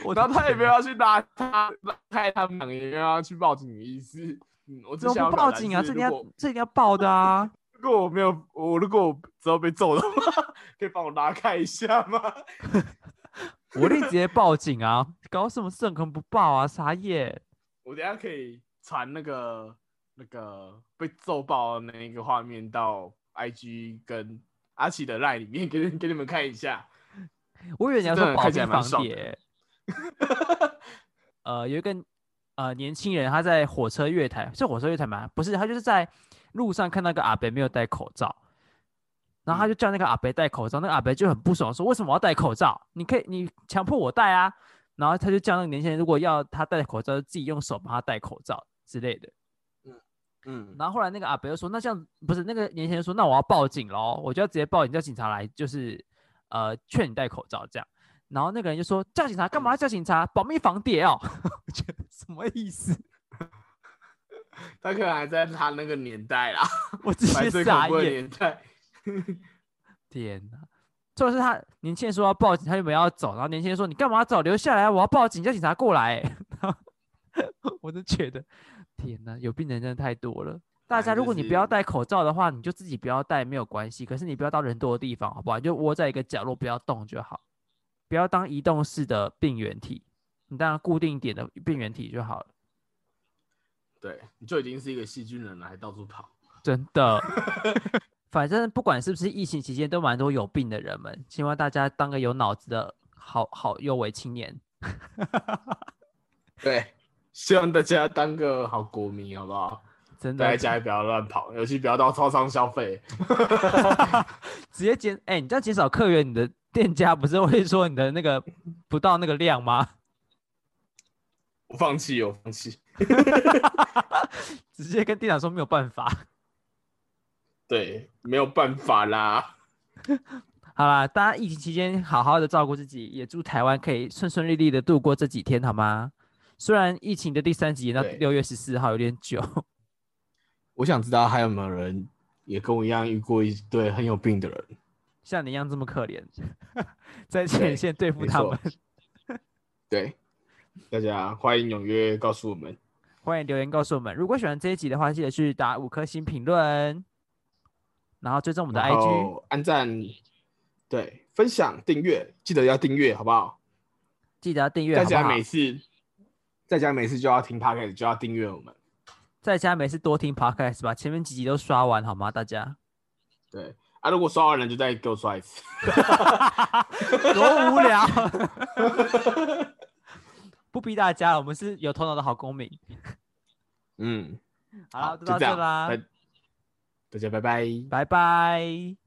Speaker 2: 我的
Speaker 1: 然后他也
Speaker 2: 天
Speaker 1: 没有要去拉他拉开他们两个，也没有要去报警的意思。嗯，我只
Speaker 2: 怎
Speaker 1: 想要
Speaker 2: 么不
Speaker 1: 表
Speaker 2: 报
Speaker 1: 达
Speaker 2: 警啊？
Speaker 1: 就是
Speaker 2: 这一
Speaker 1: 如
Speaker 2: 定要
Speaker 1: 果
Speaker 2: 这一定要报的啊！
Speaker 1: 如果我没有我，如果我只要被揍的话， 可以帮我拉开一下吗？
Speaker 2: 我一定直接报警啊！搞什么事？可能不报啊！傻眼。
Speaker 1: 我等一下可以传那个那个被揍爆的那一个画面到 IG 跟阿奇的 line 里面， 给你给你们看一下。
Speaker 2: 我以为你要
Speaker 1: 真
Speaker 2: 说
Speaker 1: 的
Speaker 2: 保
Speaker 1: 看起来
Speaker 2: 命
Speaker 1: 蛮
Speaker 2: 防
Speaker 1: 爽
Speaker 2: 谍欸。呃，有一个呃年轻人，他在火车月台，是火车月台吗？不是，他就是在路上看到一个阿伯没有戴口罩，然后他
Speaker 1: 嗯
Speaker 2: 就叫那个阿伯戴口罩，那个阿伯就很不爽，说为什么我要戴口罩？你可以，你强迫我戴啊。然后他就叫那个年轻人，如果要他戴口罩，就自己用手帮他戴口罩之类的。
Speaker 1: 嗯，
Speaker 2: 然后后来那个阿伯又说，那这样不是那个年轻人说，那我要报警喽，我就要直接报警叫警察来，就是呃劝你戴口罩这样。然后那个人就说叫警察干嘛？叫警察保密防谍哦， 我觉得什么意思？
Speaker 1: 他可能还在他那个年代啦，
Speaker 2: 我直
Speaker 1: 白
Speaker 2: 接
Speaker 1: 最恐
Speaker 2: 傻
Speaker 1: 怖的
Speaker 2: 眼，
Speaker 1: 年代。
Speaker 2: 天哪！啊就是他年轻人说要报警，他原本要走，然后年轻人说你干嘛要走？留下来，我要报警，叫警察过来。 然后我就觉得天哪，有病的人真的太多了。大
Speaker 1: 反
Speaker 2: 家，
Speaker 1: 正
Speaker 2: 如
Speaker 1: 就
Speaker 2: 果你不要
Speaker 1: 是
Speaker 2: 戴口罩的话，你就自己不要戴，没有关系。可是你不要到人多的地方，好不好？你就窝在一个角落，不要动就好，不要当移动式的病原体，你当固定点的病原体就好了。
Speaker 1: 对，你就已经是一个细菌人了，还到处跑。
Speaker 2: 真的， 反正不管是不是疫情期间，都蛮多有病的人们。希望大家当个有脑子的好好有为青年。
Speaker 1: 对，希望大家当个好国民，好不好？
Speaker 2: 真
Speaker 1: 待在
Speaker 2: 的，
Speaker 1: 家里不要乱跑，尤其不要到超商消费。
Speaker 2: 直接减，哎、你这样减少客源，你的店家不是会说你的那个不到那个量吗？
Speaker 1: 我放弃，我放弃。
Speaker 2: 直接跟店长说没有办法。
Speaker 1: 对，没有办法啦。
Speaker 2: 好啦，大家疫情期间好好的照顾自己，也祝台湾可以顺顺利利的度过这几天，好吗？虽然疫情的第三级到
Speaker 1: 对
Speaker 2: 六月十四号有点久，
Speaker 1: 我想知道还有没有人也跟我一样遇过一对很有病的人。
Speaker 2: 像你一样这么可怜， 在
Speaker 1: 对
Speaker 2: 前线对付
Speaker 1: 没
Speaker 2: 他
Speaker 1: 错
Speaker 2: 们。
Speaker 1: 对，大家欢迎踊跃告诉我们。
Speaker 2: 欢迎留言告诉我们。如果喜欢这一集的话，记得去打五颗星评论，然后追踪我
Speaker 1: 我
Speaker 2: 们的 IG，
Speaker 1: 按赞，对，分享、订阅，记得要订阅，好不好？
Speaker 2: 记得要订阅，
Speaker 1: 在
Speaker 2: 好不
Speaker 1: 家
Speaker 2: 好？
Speaker 1: 每次，在家每次就要听 p o d c a s 就要订阅我们。
Speaker 2: 在家没事多听 Podcast 吧，前面几集都刷完好吗？大家
Speaker 1: 对，啊，如果刷完了就再给我刷一次。
Speaker 2: 多无聊。 不逼大家了，我们是有头脑的好公民。
Speaker 1: 嗯，
Speaker 2: 好了，
Speaker 1: 就
Speaker 2: 就到
Speaker 1: 这样
Speaker 2: 啦，
Speaker 1: 拜大家拜拜。
Speaker 2: 拜拜。